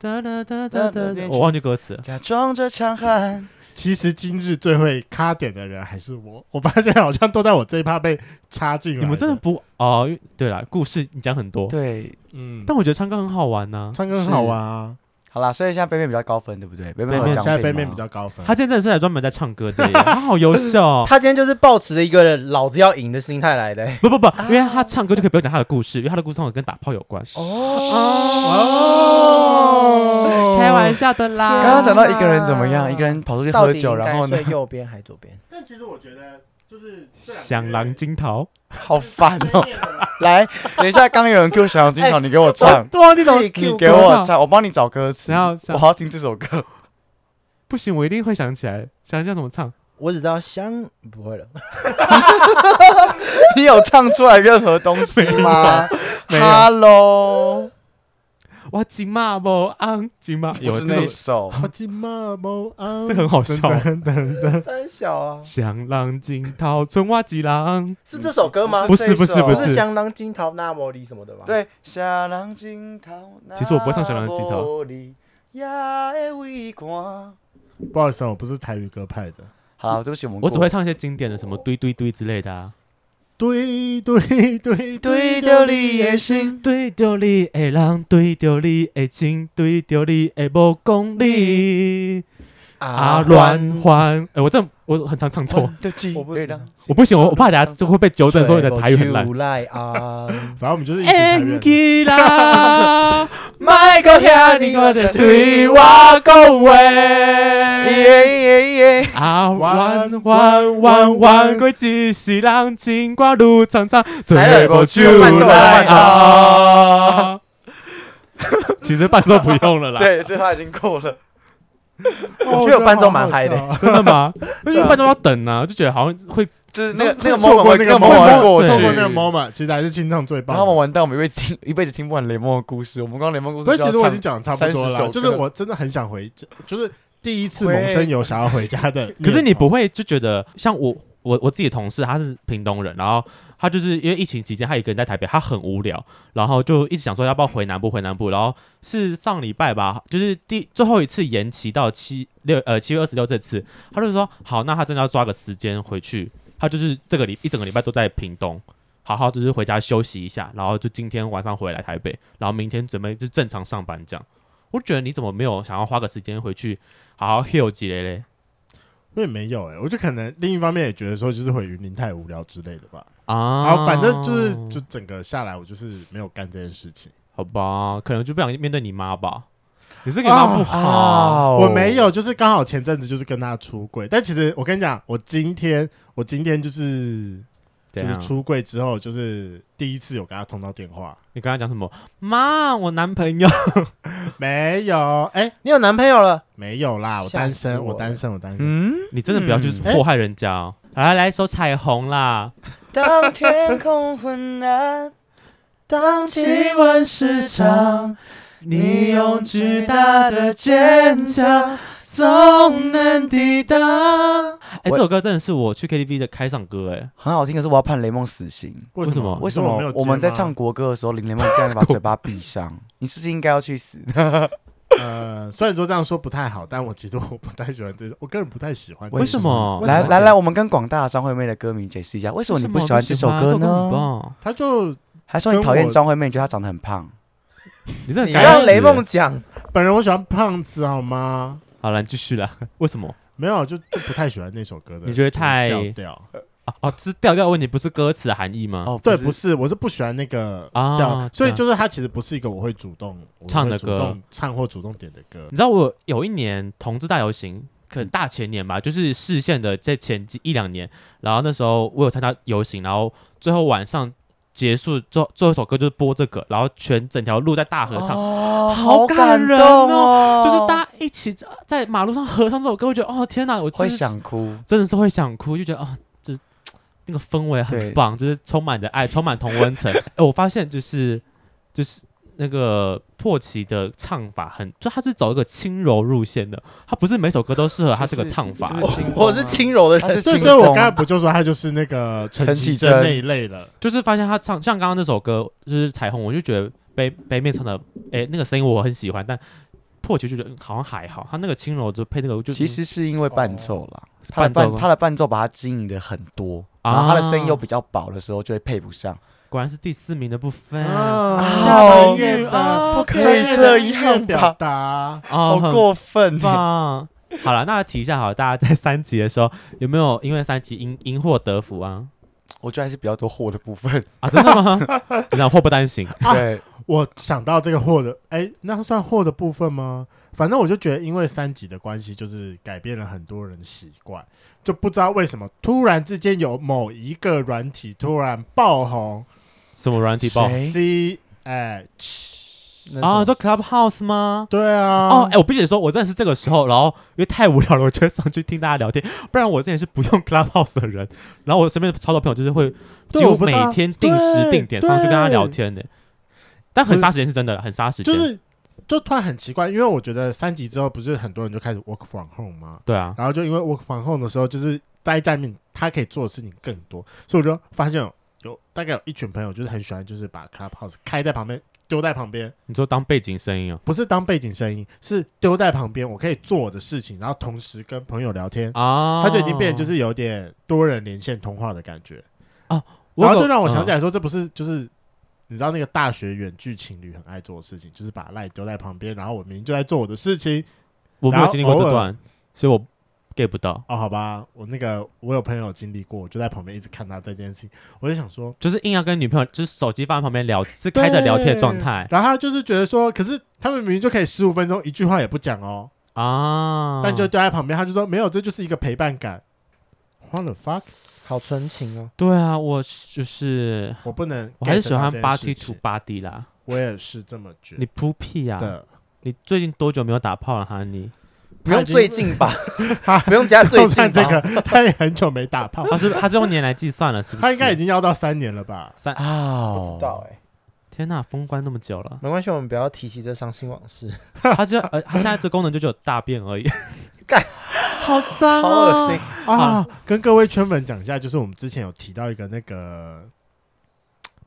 Speaker 2: 哒哒哒
Speaker 4: 哒哒哒
Speaker 2: 我忘记歌词了。
Speaker 4: 假装着强悍。
Speaker 1: 其实今日最会卡点的人还是我，我发现好像都在我这一趴被插进来。
Speaker 2: 你们真的，不哦？因为对了，故事你讲很多，
Speaker 3: 对，
Speaker 1: 嗯，
Speaker 2: 但我觉得唱歌很好玩呐、
Speaker 1: 唱歌很好玩啊，
Speaker 3: 好啦，所以现在杯面比较高分，对不对？杯面有
Speaker 2: 杯面
Speaker 3: 奖
Speaker 1: 现在
Speaker 3: 品
Speaker 1: 背
Speaker 3: 吗
Speaker 1: 面比较高分。
Speaker 2: 他今天真的是来专门在唱歌 的耶，他好优秀哦。
Speaker 4: 他今天就是抱持着一个老子要赢的心态来的、
Speaker 2: 不不不，因为他唱歌就可以不用讲他的故事，因为他的故事通常跟打炮有关。
Speaker 4: 哦
Speaker 1: 哦
Speaker 2: 开玩笑的啦。
Speaker 3: 刚刚讲到一个人怎么样，一个人跑出去
Speaker 4: 到
Speaker 3: 喝
Speaker 4: 底
Speaker 3: 酒，
Speaker 4: 应
Speaker 3: 然
Speaker 4: 该
Speaker 3: 后呢
Speaker 4: 睡，右边还是左边？
Speaker 1: 但其实我觉得就是
Speaker 2: 响狼金 桃，
Speaker 3: 好烦 哦。来，等一下，刚有人 Q 小杨金桃，你给我唱，
Speaker 2: 对啊，你怎么
Speaker 4: 自己
Speaker 3: 你
Speaker 4: 哎 Q
Speaker 3: 给
Speaker 2: 歌
Speaker 3: 我
Speaker 2: 唱
Speaker 3: 唱，我帮你找歌词，
Speaker 2: 然后
Speaker 3: 我好要听这首歌。
Speaker 2: 不行？我一定会想起来，想一下怎么唱。
Speaker 4: 我只知道香不会了，
Speaker 3: 你有唱出来任何东西吗
Speaker 2: 没有
Speaker 3: ？Hello，
Speaker 2: 哇，金马不昂，金马有啊
Speaker 3: 不是那
Speaker 2: 这
Speaker 3: 一
Speaker 2: 首
Speaker 3: 首
Speaker 1: 我金马毛昂，
Speaker 2: 这很好笑
Speaker 1: 等等等，
Speaker 4: 三小啊，
Speaker 2: 响狼金桃，春花几郎。
Speaker 4: 是这首啊歌吗？
Speaker 2: 不是不是
Speaker 4: 不
Speaker 2: 不
Speaker 4: 是
Speaker 2: 是，
Speaker 4: 香囊金桃那摩里什么的吗？，
Speaker 3: 对，小狼金桃。
Speaker 2: 其实我不会唱小狼金桃
Speaker 3: 也会看。
Speaker 1: 不好意思啊，我不是台语歌派的。
Speaker 3: 好了，对不起，我们
Speaker 2: 我只
Speaker 3: 过
Speaker 2: 会唱一些经典的，什么堆堆堆之类的啊。
Speaker 1: 对对对
Speaker 3: 对着你的心，
Speaker 2: 对着你的人，对着你的情，对着你的无讲理啊乱，换。哎，我真的我很常唱错，
Speaker 3: 对记
Speaker 4: 我不知道。
Speaker 2: 我不行，我我怕等下就会被纠正说你的台语很烂。
Speaker 4: 烂啊！
Speaker 1: 反正我们就是一起台
Speaker 2: 缘
Speaker 1: 语。
Speaker 2: 起 啦，莫搁听你我就是对我讲
Speaker 3: 예,
Speaker 2: 话。
Speaker 3: 耶耶耶！
Speaker 2: 啊，弯弯弯弯过一世人，情歌愈长长，做
Speaker 3: 뭐
Speaker 2: 无酒来啊。其实伴奏不用了啦， 아.
Speaker 3: 네,对，这话已经够了。
Speaker 4: 我觉得伴奏蛮嗨的
Speaker 1: 哦。我觉得好好笑
Speaker 2: 真的吗？那就半钟要等啊，就觉得好像会
Speaker 3: 就是那个
Speaker 1: 就
Speaker 3: 那个
Speaker 1: 错
Speaker 3: moment
Speaker 1: 过
Speaker 3: 会
Speaker 1: 那个
Speaker 3: 那个
Speaker 1: moment，
Speaker 3: moment 过
Speaker 1: 错过
Speaker 3: 去，
Speaker 1: 那个 moment，其实还是清唱最棒的。
Speaker 3: 然后我们完蛋，我们一辈子听一辈子听不完雷梦的故事。我们刚刚雷梦故
Speaker 1: 所
Speaker 3: 事
Speaker 1: 以
Speaker 3: 就
Speaker 1: 其
Speaker 3: 要
Speaker 1: 实我已
Speaker 3: 唱
Speaker 1: 经，讲得差不多
Speaker 3: 30首
Speaker 1: 了，就是
Speaker 3: 歌
Speaker 1: 我真的很想回，就是第一次萌生有想要回家的念头。
Speaker 2: 可是你不会就觉得像我我我自己同事他是屏东人，然后他就是因为疫情期间他一个人在台北，他很无聊，然后就一直想说要不要回南部回南部，然后是上礼拜吧，就是第最后一次延期到七六呃七月二十六这次，他就说好，那他真的要抓个时间回去，他就是这个礼一整个礼拜都在屏东。好好就是回家休息一下，然后就今天晚上回来台北，然后明天准备就正常上班这样。我觉得你怎么没有想要花个时间回去好好休息嘞嘞？
Speaker 1: 我也没有哎、我就可能另一方面也觉得说，就是回云林太无聊之类的吧。
Speaker 2: 啊，
Speaker 1: 然后反正就是就整个下来，我就是没有干这件事情。
Speaker 2: 好吧，可能就不想面对你妈吧。你是给
Speaker 1: 啊
Speaker 2: 妈不好，
Speaker 1: 我
Speaker 3: 哦
Speaker 1: 没有，就是刚好前阵子就是跟他出柜，但其实我跟你讲，我今天我今天就是就
Speaker 2: 怎
Speaker 1: 是
Speaker 2: 样
Speaker 1: 出柜之后，就是第一次有跟他通到电话，
Speaker 2: 你刚刚讲什么？妈，我男朋友
Speaker 1: 没有，哎、
Speaker 4: 你有男朋友了？
Speaker 1: 没有啦，我
Speaker 4: 吓
Speaker 1: 单
Speaker 4: 死
Speaker 1: 身，
Speaker 4: 我
Speaker 1: 我单
Speaker 4: 了
Speaker 1: 身，我单身。
Speaker 3: 嗯，
Speaker 2: 你真的不要去
Speaker 3: 嗯
Speaker 2: 祸害人家哦。来来来，一首彩虹啦！
Speaker 3: 当天空昏暗，
Speaker 4: 当
Speaker 3: 气温失常，你用巨大的坚强总能抵挡。
Speaker 2: 哎、这首歌真的是我去 KTV 的开场歌哎、
Speaker 3: 很好听，可是我要判雷梦死刑。
Speaker 1: 为
Speaker 2: 为什么
Speaker 1: 么？
Speaker 3: 为
Speaker 1: 你
Speaker 3: 什
Speaker 1: 说我没
Speaker 3: 么
Speaker 1: 有啊
Speaker 3: 我们
Speaker 1: 接
Speaker 3: 在
Speaker 1: 吗
Speaker 3: 唱国歌的时候，林雷梦竟然把嘴巴闭上？你是不是应该要去死？
Speaker 1: 呃，虽然说这样说不太好，但我其实我不太喜欢这，我个人不太喜欢这首。
Speaker 2: 为什么？
Speaker 3: 来来来，我们跟广大张惠妹的歌迷解释一下，为什么你不喜欢这首
Speaker 2: 啊
Speaker 3: 歌呢？？
Speaker 1: 他就
Speaker 3: 还说你
Speaker 1: 跟
Speaker 3: 讨厌
Speaker 1: 我
Speaker 3: 张惠妹，你觉得她长得很胖？
Speaker 2: 你这
Speaker 4: 你让雷梦
Speaker 2: 梦
Speaker 4: 讲，
Speaker 1: 本人我喜欢胖子好吗？
Speaker 2: 好了，你继续啦。 为什么？
Speaker 1: 没有，就就不太喜欢那首歌的，
Speaker 2: 你觉得
Speaker 1: 就是
Speaker 2: 太
Speaker 1: 调调？
Speaker 2: 啊哦，是调调问题，不是歌词的含义吗？
Speaker 3: 哦，
Speaker 1: 对，不是，我是不喜欢那个
Speaker 2: 啊
Speaker 1: 调，所以
Speaker 2: 对
Speaker 1: 就是它其实不是一个我会主动我
Speaker 2: 唱
Speaker 1: 会
Speaker 2: 的
Speaker 1: 主
Speaker 2: 歌
Speaker 1: 动唱或主动点的歌
Speaker 2: 你。知道我有一年同志大游行，可能大前年吧，就是视线的在前几一两年，然后那时候我有参加游行，然后最后晚上结束最后最后一首歌就是播这个，然后全整条路在大合唱，
Speaker 3: 哦，
Speaker 2: 好感人哦
Speaker 3: 动哦
Speaker 2: 就是大家一起在在马路上合唱这首歌，我觉得哦天哪，我真
Speaker 3: 会
Speaker 2: 是
Speaker 3: 想哭。
Speaker 2: 真的是会想哭，就觉得啊、这那个氛围很
Speaker 3: 对
Speaker 2: 棒，就是充满着爱，充满同温 层。哎、我发现就是就是那个破奇的唱法很，就他是走一个轻柔路线的，他不是每首歌都适合他这个唱法。
Speaker 3: 就是
Speaker 4: 我
Speaker 3: 轻功啊
Speaker 4: 我是轻柔的
Speaker 3: 他是
Speaker 4: 人，
Speaker 1: 所以，
Speaker 3: 轻
Speaker 1: 所以我
Speaker 3: 功
Speaker 1: 刚才不就说他就是那个陈
Speaker 3: 陈
Speaker 1: 绮
Speaker 3: 绮
Speaker 1: 贞
Speaker 3: 贞
Speaker 1: 那一类了？
Speaker 2: 就是发现他唱像刚刚那首歌，就是彩虹，我就觉得北北妹唱的，哎、那个声音我很喜欢，但破奇就觉得、嗯好像还好，他那个轻柔就配那个就嗯
Speaker 3: 其实是因为伴奏啦，他的
Speaker 2: 伴奏
Speaker 3: 伴
Speaker 2: 吗
Speaker 3: 他的伴奏把它经营的很多，
Speaker 2: 啊
Speaker 3: 然后他的声音又比较薄的时候，就会配不上。
Speaker 2: 果然是第四名的部分。
Speaker 1: 啊，专
Speaker 3: 好
Speaker 1: 业的，
Speaker 2: 不
Speaker 3: 可以
Speaker 1: 专业的
Speaker 3: 这
Speaker 1: 音乐
Speaker 3: 样
Speaker 1: 表
Speaker 3: 吧
Speaker 1: 达。
Speaker 2: 哦，很
Speaker 3: 分
Speaker 1: 啊
Speaker 2: 棒。好了，那提一下好了，大家在三级的时候有没有因为三级因因祸得福啊？
Speaker 3: 我觉得还是比较多祸的部分。
Speaker 2: 啊，真的 吗？真的祸不单行。
Speaker 1: 啊
Speaker 3: 对，
Speaker 1: 我想到这个货的，哎，那算货的部分吗？反正我就觉得，因为三级的关系，就是改变了很多人的习惯，就不知道为什么突然之间有某一个软体突然爆红
Speaker 2: 什么软体爆
Speaker 3: 谁？
Speaker 1: ，C H，
Speaker 2: 啊？做 Clubhouse 吗？
Speaker 1: 对啊，
Speaker 2: 哦，哎、我必须得说，我真的是这个时候，然后因为太无聊了，我就会上去听大家聊天。不然我之前是不用 Clubhouse 的人，然后我身边的超多朋友就是会
Speaker 1: 对
Speaker 2: 几乎
Speaker 1: 我不知
Speaker 2: 每
Speaker 1: 道
Speaker 2: 天定时定点上去跟他聊
Speaker 1: 对
Speaker 2: 天的、但很
Speaker 1: 不是
Speaker 2: 杀时间是真的啦，很杀时间。
Speaker 1: 就是就突然很奇怪，因为我觉得三级之后不是很多人就开始 work from home 吗？
Speaker 2: 对啊，
Speaker 1: 然后就因为 work from home 的时候，就是待在面，他可以做的事情更多，所以我就发现有有大概有一群朋友就是很喜欢，就是把 Clubhouse 开在旁边，丢在旁边，
Speaker 2: 你说当背景声音哦、
Speaker 1: 不是当背景声音，是丢在旁边，我可以做我的事情，然后同时跟朋友聊天。
Speaker 2: 啊，
Speaker 1: 他就已经变成就是有点多人连线通话的感觉，
Speaker 2: 我有
Speaker 1: 然
Speaker 2: 个，
Speaker 1: 后就让我想起
Speaker 2: 嗯
Speaker 1: 来说，这不是就是你知道那个大学远距情侣很爱做的事情，就是把赖丢在旁边，然后我明明就在做我的事情，
Speaker 2: 我没有
Speaker 1: 然后
Speaker 2: 经历过
Speaker 1: 偶
Speaker 2: 这
Speaker 1: 尔
Speaker 2: 段，所以我 get 不到。
Speaker 1: 哦，好吧，我那个我有朋友经历过，我就在旁边一直看他这件事情，我就想说，
Speaker 2: 就是硬要跟女朋友，就是手机放在旁边聊，是开着聊天的状态
Speaker 1: 然后他就是觉得说，可是他们明明就可以十五分钟一句话也不讲哦，
Speaker 2: 啊。
Speaker 1: 但就丢在旁边，他就说没有，这就是一个陪伴感。What the fuck？
Speaker 4: 好纯情哦。
Speaker 2: 对啊，我就是
Speaker 1: 我不能 get 到这件事情，
Speaker 2: 我还是喜欢八 T to 八 D 啦。
Speaker 1: 我也是这么觉
Speaker 2: 你
Speaker 1: 得。
Speaker 2: 扑屁啊！
Speaker 1: 的
Speaker 2: 你最近多久没有打炮了哈？你
Speaker 4: 不用最近吧
Speaker 1: 他，
Speaker 4: 不用加最
Speaker 1: 就
Speaker 4: 近
Speaker 1: 算 这个
Speaker 4: 吧。，
Speaker 1: 他也很久没打炮，
Speaker 2: 他是他是用年来计算了，是不是？
Speaker 1: 他应该已经要到三年了吧？
Speaker 2: 三
Speaker 3: 啊，
Speaker 4: 不知道哎、，
Speaker 2: 天呐，封关那么久了
Speaker 4: 没关系，我们不要提起这伤心往事，
Speaker 2: 他只有呃，他现在这功能就只有大 便而已。
Speaker 4: 干，
Speaker 2: 好脏、哦，
Speaker 4: 好恶心。
Speaker 1: 啊，跟各位圈粉讲一下，就是我们之前有提到一个那个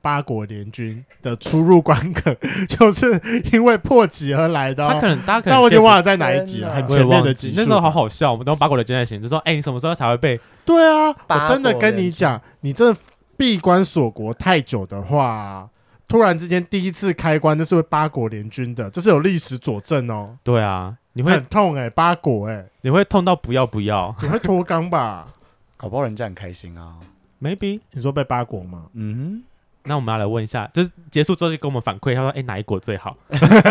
Speaker 1: 八国联军的出入关口， 就是因为破集而来的、
Speaker 2: 他可
Speaker 1: 哦。
Speaker 2: 能大家可能
Speaker 1: 但我已经
Speaker 2: get
Speaker 1: 忘了在哪一集了，
Speaker 4: 天哪
Speaker 1: 很
Speaker 2: 不到，我也
Speaker 1: 前面的
Speaker 2: 忘
Speaker 1: 集
Speaker 2: 记
Speaker 1: 数。
Speaker 2: 那时候好好笑，我们都八狗的真爱型，就说哎、你什么时候才会被？
Speaker 1: 对啊，
Speaker 4: 八
Speaker 1: 我真的
Speaker 4: 国
Speaker 1: 跟
Speaker 4: 联
Speaker 1: 你
Speaker 4: 军
Speaker 1: 讲，你这闭关锁国太久的话，突然之间第一次开关，这是会八国联军的，这是有历史佐证哦，
Speaker 2: 对啊，你会
Speaker 1: 很痛哎、八国哎、
Speaker 2: 你会痛到不要不要
Speaker 1: 你会脱肛吧？
Speaker 3: 搞不好人家很开心啊。
Speaker 2: ，maybe。
Speaker 1: 你说被八国吗？
Speaker 3: 嗯，
Speaker 2: 那我们要来问一下，就是结束之后就给我们反馈，他说：“哎、哪一国最好？”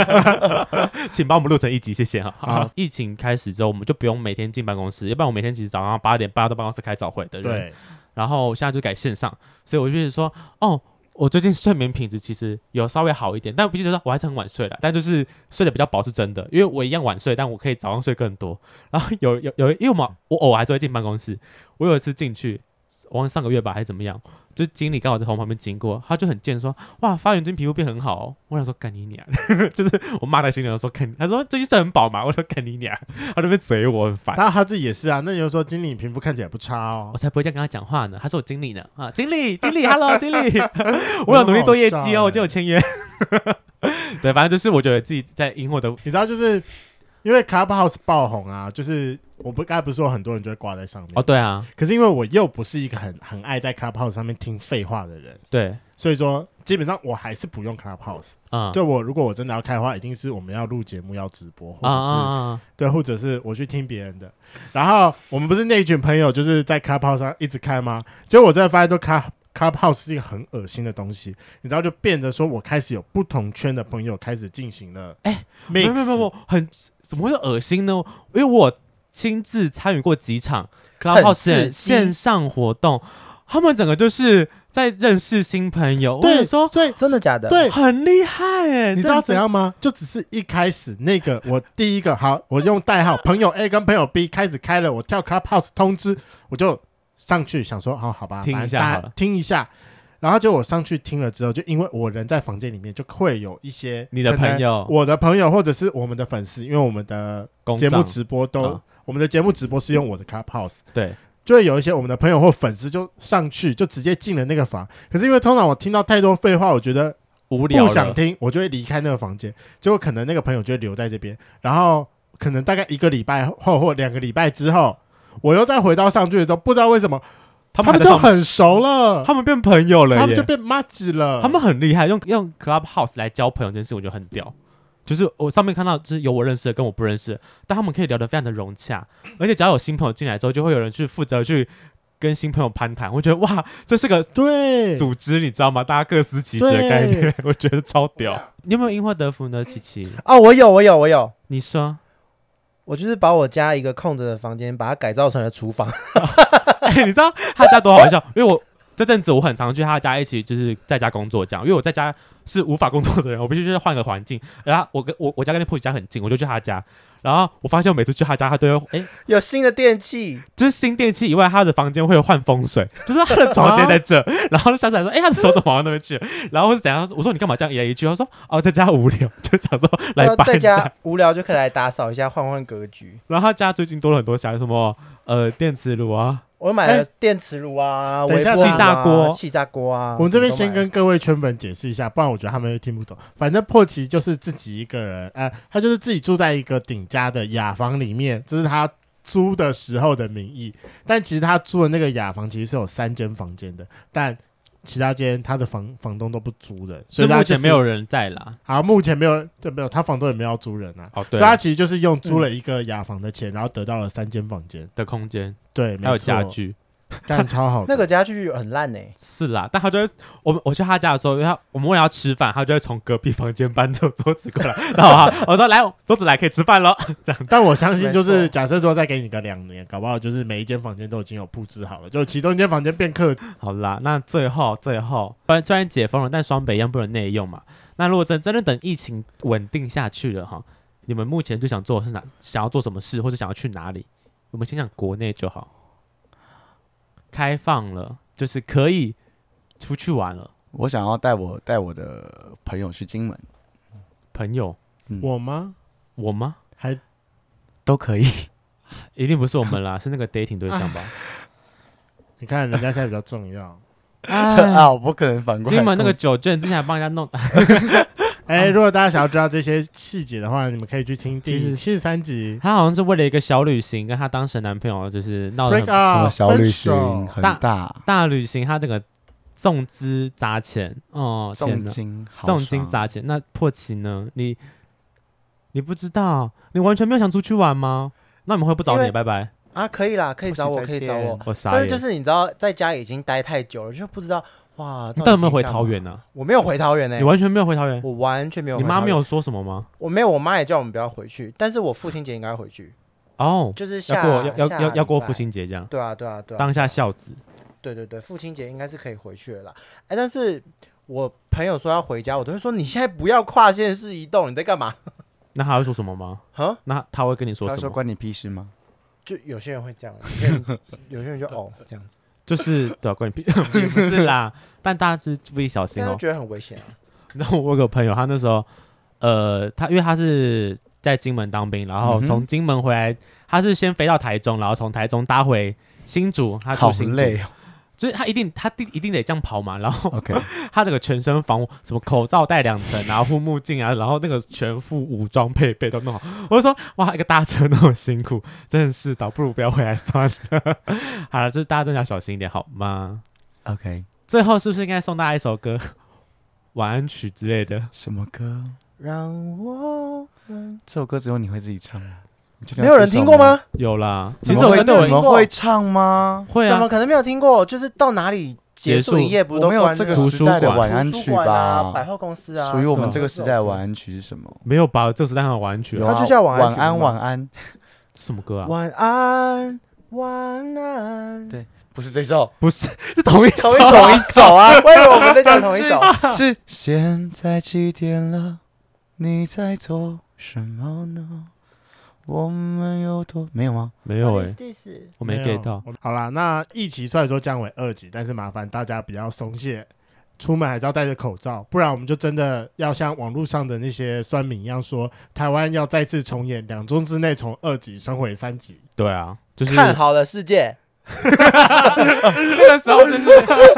Speaker 2: 请帮我们录成一集，谢谢哈。
Speaker 1: 好
Speaker 2: 疫情开始之后，我们就不用每天进办公室，要不然我每天其实早上八点八到办公室开早会的人。
Speaker 1: 对，
Speaker 2: 然后现在就改线上，所以我就觉得说，哦，我最近睡眠品质其实有稍微好一点，但我必须说我还是很晚睡的，但就是睡得比较饱是真的，因为我一样晚睡，但我可以早上睡更多。然后有有有，因为我们我偶尔还是会进办公室，我有一次进去，我忘了上个月吧还是怎么样，就经理刚好在从旁边经过，他就很贱说，哇，发源君皮肤变很好、哦，我想说干你娘， 就是我骂他心里我说干你，他说最近睡很饱嘛，我说干你娘，他在那边嘴我很烦。
Speaker 1: 他他自己也是啊。那你就说经理你皮肤看起来不差哦
Speaker 2: 我，才不会这样跟他讲话呢。他是我经理呢，啊，经理，经理，hello，经理， 我有努力做业绩哦，我就有签约。 对，反正就是我觉得自己在英国的，
Speaker 1: 你知道就是因为 Clubhouse 爆红啊，就是我不该不是说很多人就会挂在上面
Speaker 2: 哦，对啊，
Speaker 1: 可是因为我又不是一个很很爱在 Clubhouse 上面听废话的人，
Speaker 2: 对，
Speaker 1: 所以说基本上我还是不用 Clubhouse。
Speaker 2: 嗯，
Speaker 1: 就我如果我真的要开的话，一定是我们要录节目、要直播，或
Speaker 2: 啊
Speaker 1: 者
Speaker 2: 啊
Speaker 1: 是、
Speaker 2: 啊，
Speaker 1: 对，或者是我去听别人的。然后我们不是那一群朋友就是在 Clubhouse 上一直开吗？结果我真的发现，都 Club Clubhouse 是一个很恶心的东西，你知道，就变得说我开始有不同圈的朋友开始进行了，
Speaker 2: 哎没
Speaker 1: mix，
Speaker 2: 有没有没有，很怎么会恶心呢？因为我亲自参与过几场 Clubhouse
Speaker 4: 刺
Speaker 2: 的
Speaker 4: 激
Speaker 2: 线上活动，他们整个就是在认识新朋友，我
Speaker 1: 对，
Speaker 2: 想说
Speaker 1: 所以
Speaker 4: 真的假的？
Speaker 1: 对
Speaker 2: 很厉害哎，
Speaker 1: 你知道
Speaker 2: 认真
Speaker 1: 怎？样吗？就只是一开始那个，我第一个好，我用代号朋友 A 跟朋友 B 开始开了，我跳 Clubhouse 通知，我就上去想说，好好吧，
Speaker 2: 听一下
Speaker 1: 反正大
Speaker 2: 好
Speaker 1: 家
Speaker 2: 了
Speaker 1: 听一下。然后就我上去听了之后，就因为我人在房间里面，就会有一些
Speaker 2: 你的
Speaker 1: 可能
Speaker 2: 朋友
Speaker 1: 我的朋友或者是我们的粉丝，因为我们的
Speaker 2: 公
Speaker 1: 节目
Speaker 2: 账
Speaker 1: 直播都
Speaker 2: 啊，
Speaker 1: 我们的节目直播是用我的 Clubhouse，
Speaker 2: 对，
Speaker 1: 就会有一些我们的朋友或粉丝就上去就直接进了那个房。可是因为通常我听到太多废话，我觉得
Speaker 2: 无聊
Speaker 1: 不
Speaker 2: 了
Speaker 1: 想听，我就会离开那个房间。结果可能那个朋友就会留在这边，然后可能大概一个礼拜后或两个礼拜之后，我又再回到上去的时候，不知道为什么
Speaker 2: 他
Speaker 1: 们
Speaker 2: 还在
Speaker 1: 就
Speaker 2: 上班
Speaker 1: 很熟了，
Speaker 2: 他们变朋友了耶，嗯
Speaker 1: 他们就变妈吉了。
Speaker 2: 他们很厉害，用用 Clubhouse 来交朋友这件事，我觉得很屌。就是我上面看到，就是有我认识的跟我不认识的，但他们可以聊得非常的融洽，而且只要有新朋友进来之后，就会有人去负责去跟新朋友攀谈。我觉得哇，这是个
Speaker 1: 对
Speaker 2: 组织，你知道吗？大家各司其职的概念，我觉得超屌。 你有没有因祸得福呢，琪琪？
Speaker 4: 哦，我有，我有，我有。
Speaker 2: 你说，
Speaker 4: 我就是把我家一个空着的房间，把它改造成了厨房。
Speaker 2: 哎、你知道他家多好笑？因为我这阵子我很常去他家一起，就是在家工作这样。因为我在家是无法工作的人，我必须就是换个环境。然后我跟我我家跟 p 家很近，我就去他家。然后我发现我每次去他家，他都会哎、
Speaker 4: 有新的电器，
Speaker 2: 就是新电器以外，他的房间会换风水，就是他的床直接在
Speaker 4: 哦
Speaker 2: 这。 然后下次来说，哎、他的手怎么往那边去？然后是怎样？我说你干嘛这样一来一去？他说哦，在家无聊，就想说来
Speaker 4: 呃
Speaker 2: 搬
Speaker 4: 在
Speaker 2: 一下
Speaker 4: 家。无聊就可以来打扫一下，换换格局。
Speaker 2: 然后他家最近多了很多像什么呃电磁炉啊，
Speaker 4: 我买了电磁炉啊，
Speaker 1: 等一
Speaker 4: 微
Speaker 1: 下
Speaker 4: 波炉啊
Speaker 2: 气炸锅
Speaker 4: 气炸锅啊。
Speaker 1: 我们这边
Speaker 4: 什么
Speaker 1: 先
Speaker 4: 都买
Speaker 1: 跟各位圈粉解释一下，不然我觉得他们会听不懂。反正破奇就是自己一个人，呃，他就是自己住在一个顶家的雅房里面，这是他租的时候的名义。但其实他租的那个雅房其实是有三间房间的，但其他间他的房房东都不租人，所
Speaker 2: 是
Speaker 1: 以他、
Speaker 2: 目
Speaker 1: 就是、
Speaker 2: 前没有。人在啦。
Speaker 1: 好，目前没有人，对，没有，他房东也没有要租人啊，
Speaker 2: 哦，
Speaker 1: 所
Speaker 2: 对
Speaker 1: 以他其实就是用租了一个雅房的钱，然后得到了三间房间，
Speaker 2: 的空间
Speaker 1: 对，没
Speaker 2: 还有
Speaker 1: 错
Speaker 2: 家，具。
Speaker 1: 干超 好的。
Speaker 4: 那个家具很烂欸呢、
Speaker 2: 是啦，但他就会，我们我去他家的时候，因为他我们为了要吃饭，他就会从隔壁房间搬走桌 子过来，然后他我说来桌子来可以吃饭喽，这样
Speaker 1: 但我相信，就
Speaker 4: 没
Speaker 1: 是
Speaker 4: 错
Speaker 1: 假设说再给你个两年，搞不好就是每一间房间都已经有布置好了，就其中一间房间变客。
Speaker 2: 好啦，那最后最后，虽然虽然解封了，但双北一样不能内用嘛。那如果真真的等疫情稳定下去了哈，你们目前最想做的是哪？想要做什么事，或者想要去哪里？我们先讲国内就好。开放了，就是可以出去玩了，
Speaker 3: 我想要带我带我的朋友去金门，
Speaker 2: 朋友，
Speaker 3: 嗯
Speaker 1: 我吗？
Speaker 2: 我吗？
Speaker 1: 还
Speaker 3: 都可以。
Speaker 2: 一定不是我们啦，是那个 dating 对象吧？
Speaker 1: 你看人家现在比较重要。
Speaker 2: 哎，
Speaker 3: 啊，我不可能反过来。
Speaker 2: 金门那个酒店之前还帮人家弄，
Speaker 1: 哎，如果大家想要知道这些细节的话，你们可以去听
Speaker 2: 其
Speaker 1: 第
Speaker 2: 实
Speaker 1: 七十三集。
Speaker 2: 她好像是为了一个小旅行，跟她当时的男朋友就是闹得
Speaker 1: Break
Speaker 2: 很
Speaker 1: up，
Speaker 3: 什么小旅行
Speaker 1: 分手
Speaker 3: 很
Speaker 2: 啊大
Speaker 3: 大，
Speaker 2: 大旅行，她这个重资砸钱，哦，天
Speaker 3: 重
Speaker 2: 哪，
Speaker 3: 金豪
Speaker 2: 重金
Speaker 3: 爽
Speaker 2: 砸钱。那破奇呢？你你不知道，你完全没有想出去玩吗？那我们会不找
Speaker 4: 因
Speaker 2: 你，
Speaker 4: 为
Speaker 2: 拜拜。
Speaker 4: 啊，可以啦，可以
Speaker 3: 不
Speaker 4: 找
Speaker 3: 行
Speaker 4: 我，
Speaker 3: 再
Speaker 4: 可以找我
Speaker 3: 见。
Speaker 2: 我傻
Speaker 4: 但是
Speaker 2: 眼。
Speaker 4: 就是你知道，在家已经待太久了，就不知道哇。底
Speaker 2: 你到底有没有
Speaker 4: 可以
Speaker 2: 回
Speaker 4: 干
Speaker 2: 桃
Speaker 4: 嘛？
Speaker 2: 园呢？
Speaker 4: 我没有回桃园呢欸
Speaker 2: 你，完全没有回桃园。
Speaker 4: 我完全没有。
Speaker 2: 你妈没，有说什么吗？
Speaker 4: 我没有，我妈也叫我们不要回去，但是我父亲节应该回去，
Speaker 2: 哦，
Speaker 4: 就是
Speaker 2: 要
Speaker 4: 下
Speaker 2: 过要要
Speaker 4: 下
Speaker 2: 要要过
Speaker 4: 礼拜
Speaker 2: 父。亲节这样，
Speaker 4: 对啊，对啊，对啊。
Speaker 2: 当下孝子。
Speaker 4: 对对对，父亲节应该是可以回去的啦。哎，但是我朋友说要回家，我都会说你现在不要跨县市移动，你在干嘛？
Speaker 2: 那他会说什么吗？
Speaker 4: 啊，
Speaker 2: 那他会跟你说
Speaker 3: 他
Speaker 2: 什
Speaker 3: 说
Speaker 2: 么？
Speaker 3: 关你屁事吗？
Speaker 4: 就有些人会这样，啊有些 人有些人就哦这样子，
Speaker 2: 就是对啊，关你屁， 也不是啦。但大家是注意小心
Speaker 4: 但
Speaker 2: 哦
Speaker 4: 是。觉得很危险啊。
Speaker 2: 然 后我有个朋友，他那时候，呃，他因为他是在金门当兵，然后
Speaker 3: 嗯哼
Speaker 2: 从金门回来，他是先飞到台中，然后从台中搭回新竹，他
Speaker 3: 好
Speaker 2: 住新竹，
Speaker 3: 累 哦。
Speaker 2: 就是他一定他一定得这样跑嘛，然后
Speaker 3: OK，
Speaker 2: 他这个全身防护，什么口罩戴两层，然后护目镜啊，然后那个全副武装配备都弄好。我就说哇，一个搭车那么辛苦，真的是倒不如不要回来算了。 好了，就是大家真的要小心一点，好吗？
Speaker 3: OK，
Speaker 2: 最后是不是应该送大家一首歌， 晚安曲之类的？
Speaker 3: 什么歌？
Speaker 4: 让我们
Speaker 3: 这首歌只有你会自己唱吗，你确定
Speaker 4: 没
Speaker 3: 要
Speaker 4: 有人
Speaker 3: 这首
Speaker 4: 听过吗？？
Speaker 2: 有啦，其
Speaker 3: 你
Speaker 2: 实
Speaker 3: 们
Speaker 2: 我
Speaker 4: 怎
Speaker 3: 会
Speaker 4: 么没
Speaker 2: 跟
Speaker 4: 有
Speaker 2: 对我
Speaker 3: 你
Speaker 4: 听
Speaker 3: 们
Speaker 4: 过
Speaker 3: 会唱吗？
Speaker 2: 会
Speaker 4: 怎么
Speaker 2: 啊，
Speaker 4: 可能没有听过？就是到哪里结
Speaker 2: 结束
Speaker 4: 束营业不
Speaker 3: 我
Speaker 4: 都
Speaker 3: 们有
Speaker 4: 关
Speaker 3: 这个
Speaker 2: 图
Speaker 4: 了
Speaker 3: 时
Speaker 2: 书
Speaker 3: 代的
Speaker 2: 馆
Speaker 3: 晚安
Speaker 4: 图书
Speaker 3: 曲
Speaker 4: 馆啊、百
Speaker 3: 吧？
Speaker 4: 货公司啊，
Speaker 3: 属于我们
Speaker 4: 什
Speaker 3: 这
Speaker 4: 么
Speaker 3: 个时代的晚。安曲是什么？
Speaker 2: 没有吧？这个时代还有玩曲
Speaker 3: 有
Speaker 2: 啊，
Speaker 3: 啊
Speaker 4: 它就叫晚安
Speaker 3: 晚
Speaker 4: 曲
Speaker 3: 安，
Speaker 4: 嘛
Speaker 3: 晚安，
Speaker 2: 什么歌啊？
Speaker 4: 晚安，晚安。
Speaker 3: 对不是这首，
Speaker 2: 不是，是同一首
Speaker 4: 同一首
Speaker 3: 同一首啊。
Speaker 4: 我以为我们在讲同一首。
Speaker 3: 是现在几点了？你在做什么呢？我们有多没有欸吗？
Speaker 2: 没有
Speaker 4: What
Speaker 2: 哎、
Speaker 4: is this？
Speaker 2: 我没
Speaker 1: 有
Speaker 2: get 到。。
Speaker 1: 我好啦，那一集虽然说降为二级，但是麻烦大家不要松懈，出门还是要戴着口罩，不然我们就真的要像网络上的那些酸民一样说，台湾要再次重演两周之内从二级升回三级。
Speaker 2: 对啊，就是
Speaker 4: 看好了世界，
Speaker 2: 那个时候就是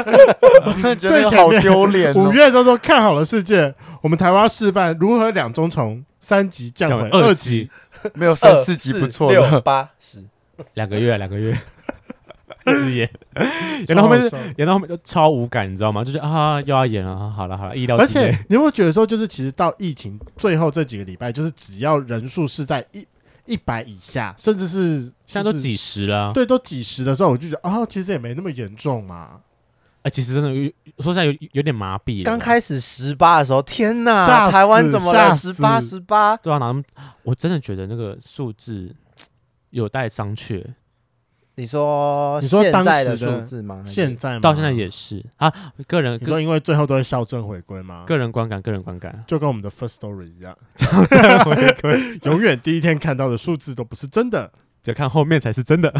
Speaker 3: 我真的觉
Speaker 1: 得好
Speaker 3: 丢脸哦
Speaker 2: 哦
Speaker 1: 五月都说看好了世界，我们台湾要示范如何两中从三级降
Speaker 2: 讲
Speaker 1: 回
Speaker 2: 二
Speaker 1: 级。
Speaker 2: 级，
Speaker 3: 没有三
Speaker 4: 二
Speaker 3: 呃四集不错
Speaker 4: 六
Speaker 3: 的，
Speaker 4: 八十，
Speaker 2: 两个月，两个 月，一直 演，演到后面就
Speaker 1: 超好笑
Speaker 2: 演到后面就超无感，你知道吗？就是啊，又要演了，啊好了好了，意料
Speaker 1: 而
Speaker 2: 之内
Speaker 1: 且你有没有觉得说，就是其实到疫情最后这几个礼拜，就是只要人数是在一一百以下，甚至是
Speaker 2: 现在都
Speaker 1: 就是
Speaker 2: 几十了啊，
Speaker 1: 对，都几十的时候，我就觉得啊、其实也没那么严重啊嘛。
Speaker 2: 哎，其实真的有说实在有有点麻痹了，
Speaker 4: 刚开始十八的时候，天
Speaker 1: 吓
Speaker 4: 哪！
Speaker 1: 死
Speaker 4: 台湾怎么
Speaker 1: 吓
Speaker 4: 了？
Speaker 1: 死
Speaker 4: 十八十八，
Speaker 2: 对啊，拿我真的觉得那个数字有待商榷，
Speaker 4: 你说
Speaker 1: 你说
Speaker 4: 现
Speaker 1: 当
Speaker 4: 在
Speaker 1: 时
Speaker 4: 的
Speaker 1: 的
Speaker 4: 数字吗？还是
Speaker 1: 现
Speaker 5: 嗯
Speaker 1: 在吗
Speaker 2: 到现在，也是啊，个人
Speaker 1: 你
Speaker 2: 个
Speaker 1: 说嗯因为最后都会校正回归吗？
Speaker 2: 个人观感，个人观感，
Speaker 1: 就跟我们的 first story 一样， 永远第一天看到的数字都不是真的。
Speaker 2: 只看后面才是真的。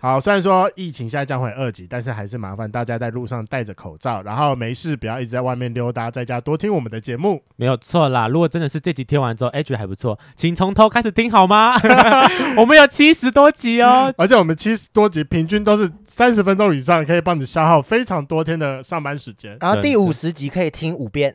Speaker 1: 好，虽然说疫情现在降回二级，但是还是麻烦大家在路上戴着口罩，然后没事不要一直在外面溜达，在家多听我们的节目。
Speaker 2: 没有错啦，如果真的是这集听完之后，哎、觉得还不错，请从头开始听 好吗？我们有七十多集哦，
Speaker 1: 而且我们七十多集平均都是三十分钟以上，可以帮你消耗非常多天的上班时间。
Speaker 4: 然后第
Speaker 2: 真的
Speaker 4: 五十集可以听五遍。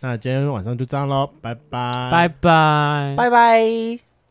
Speaker 1: 那今天晚上就这样喽，拜拜，
Speaker 2: 拜拜，
Speaker 4: 拜拜。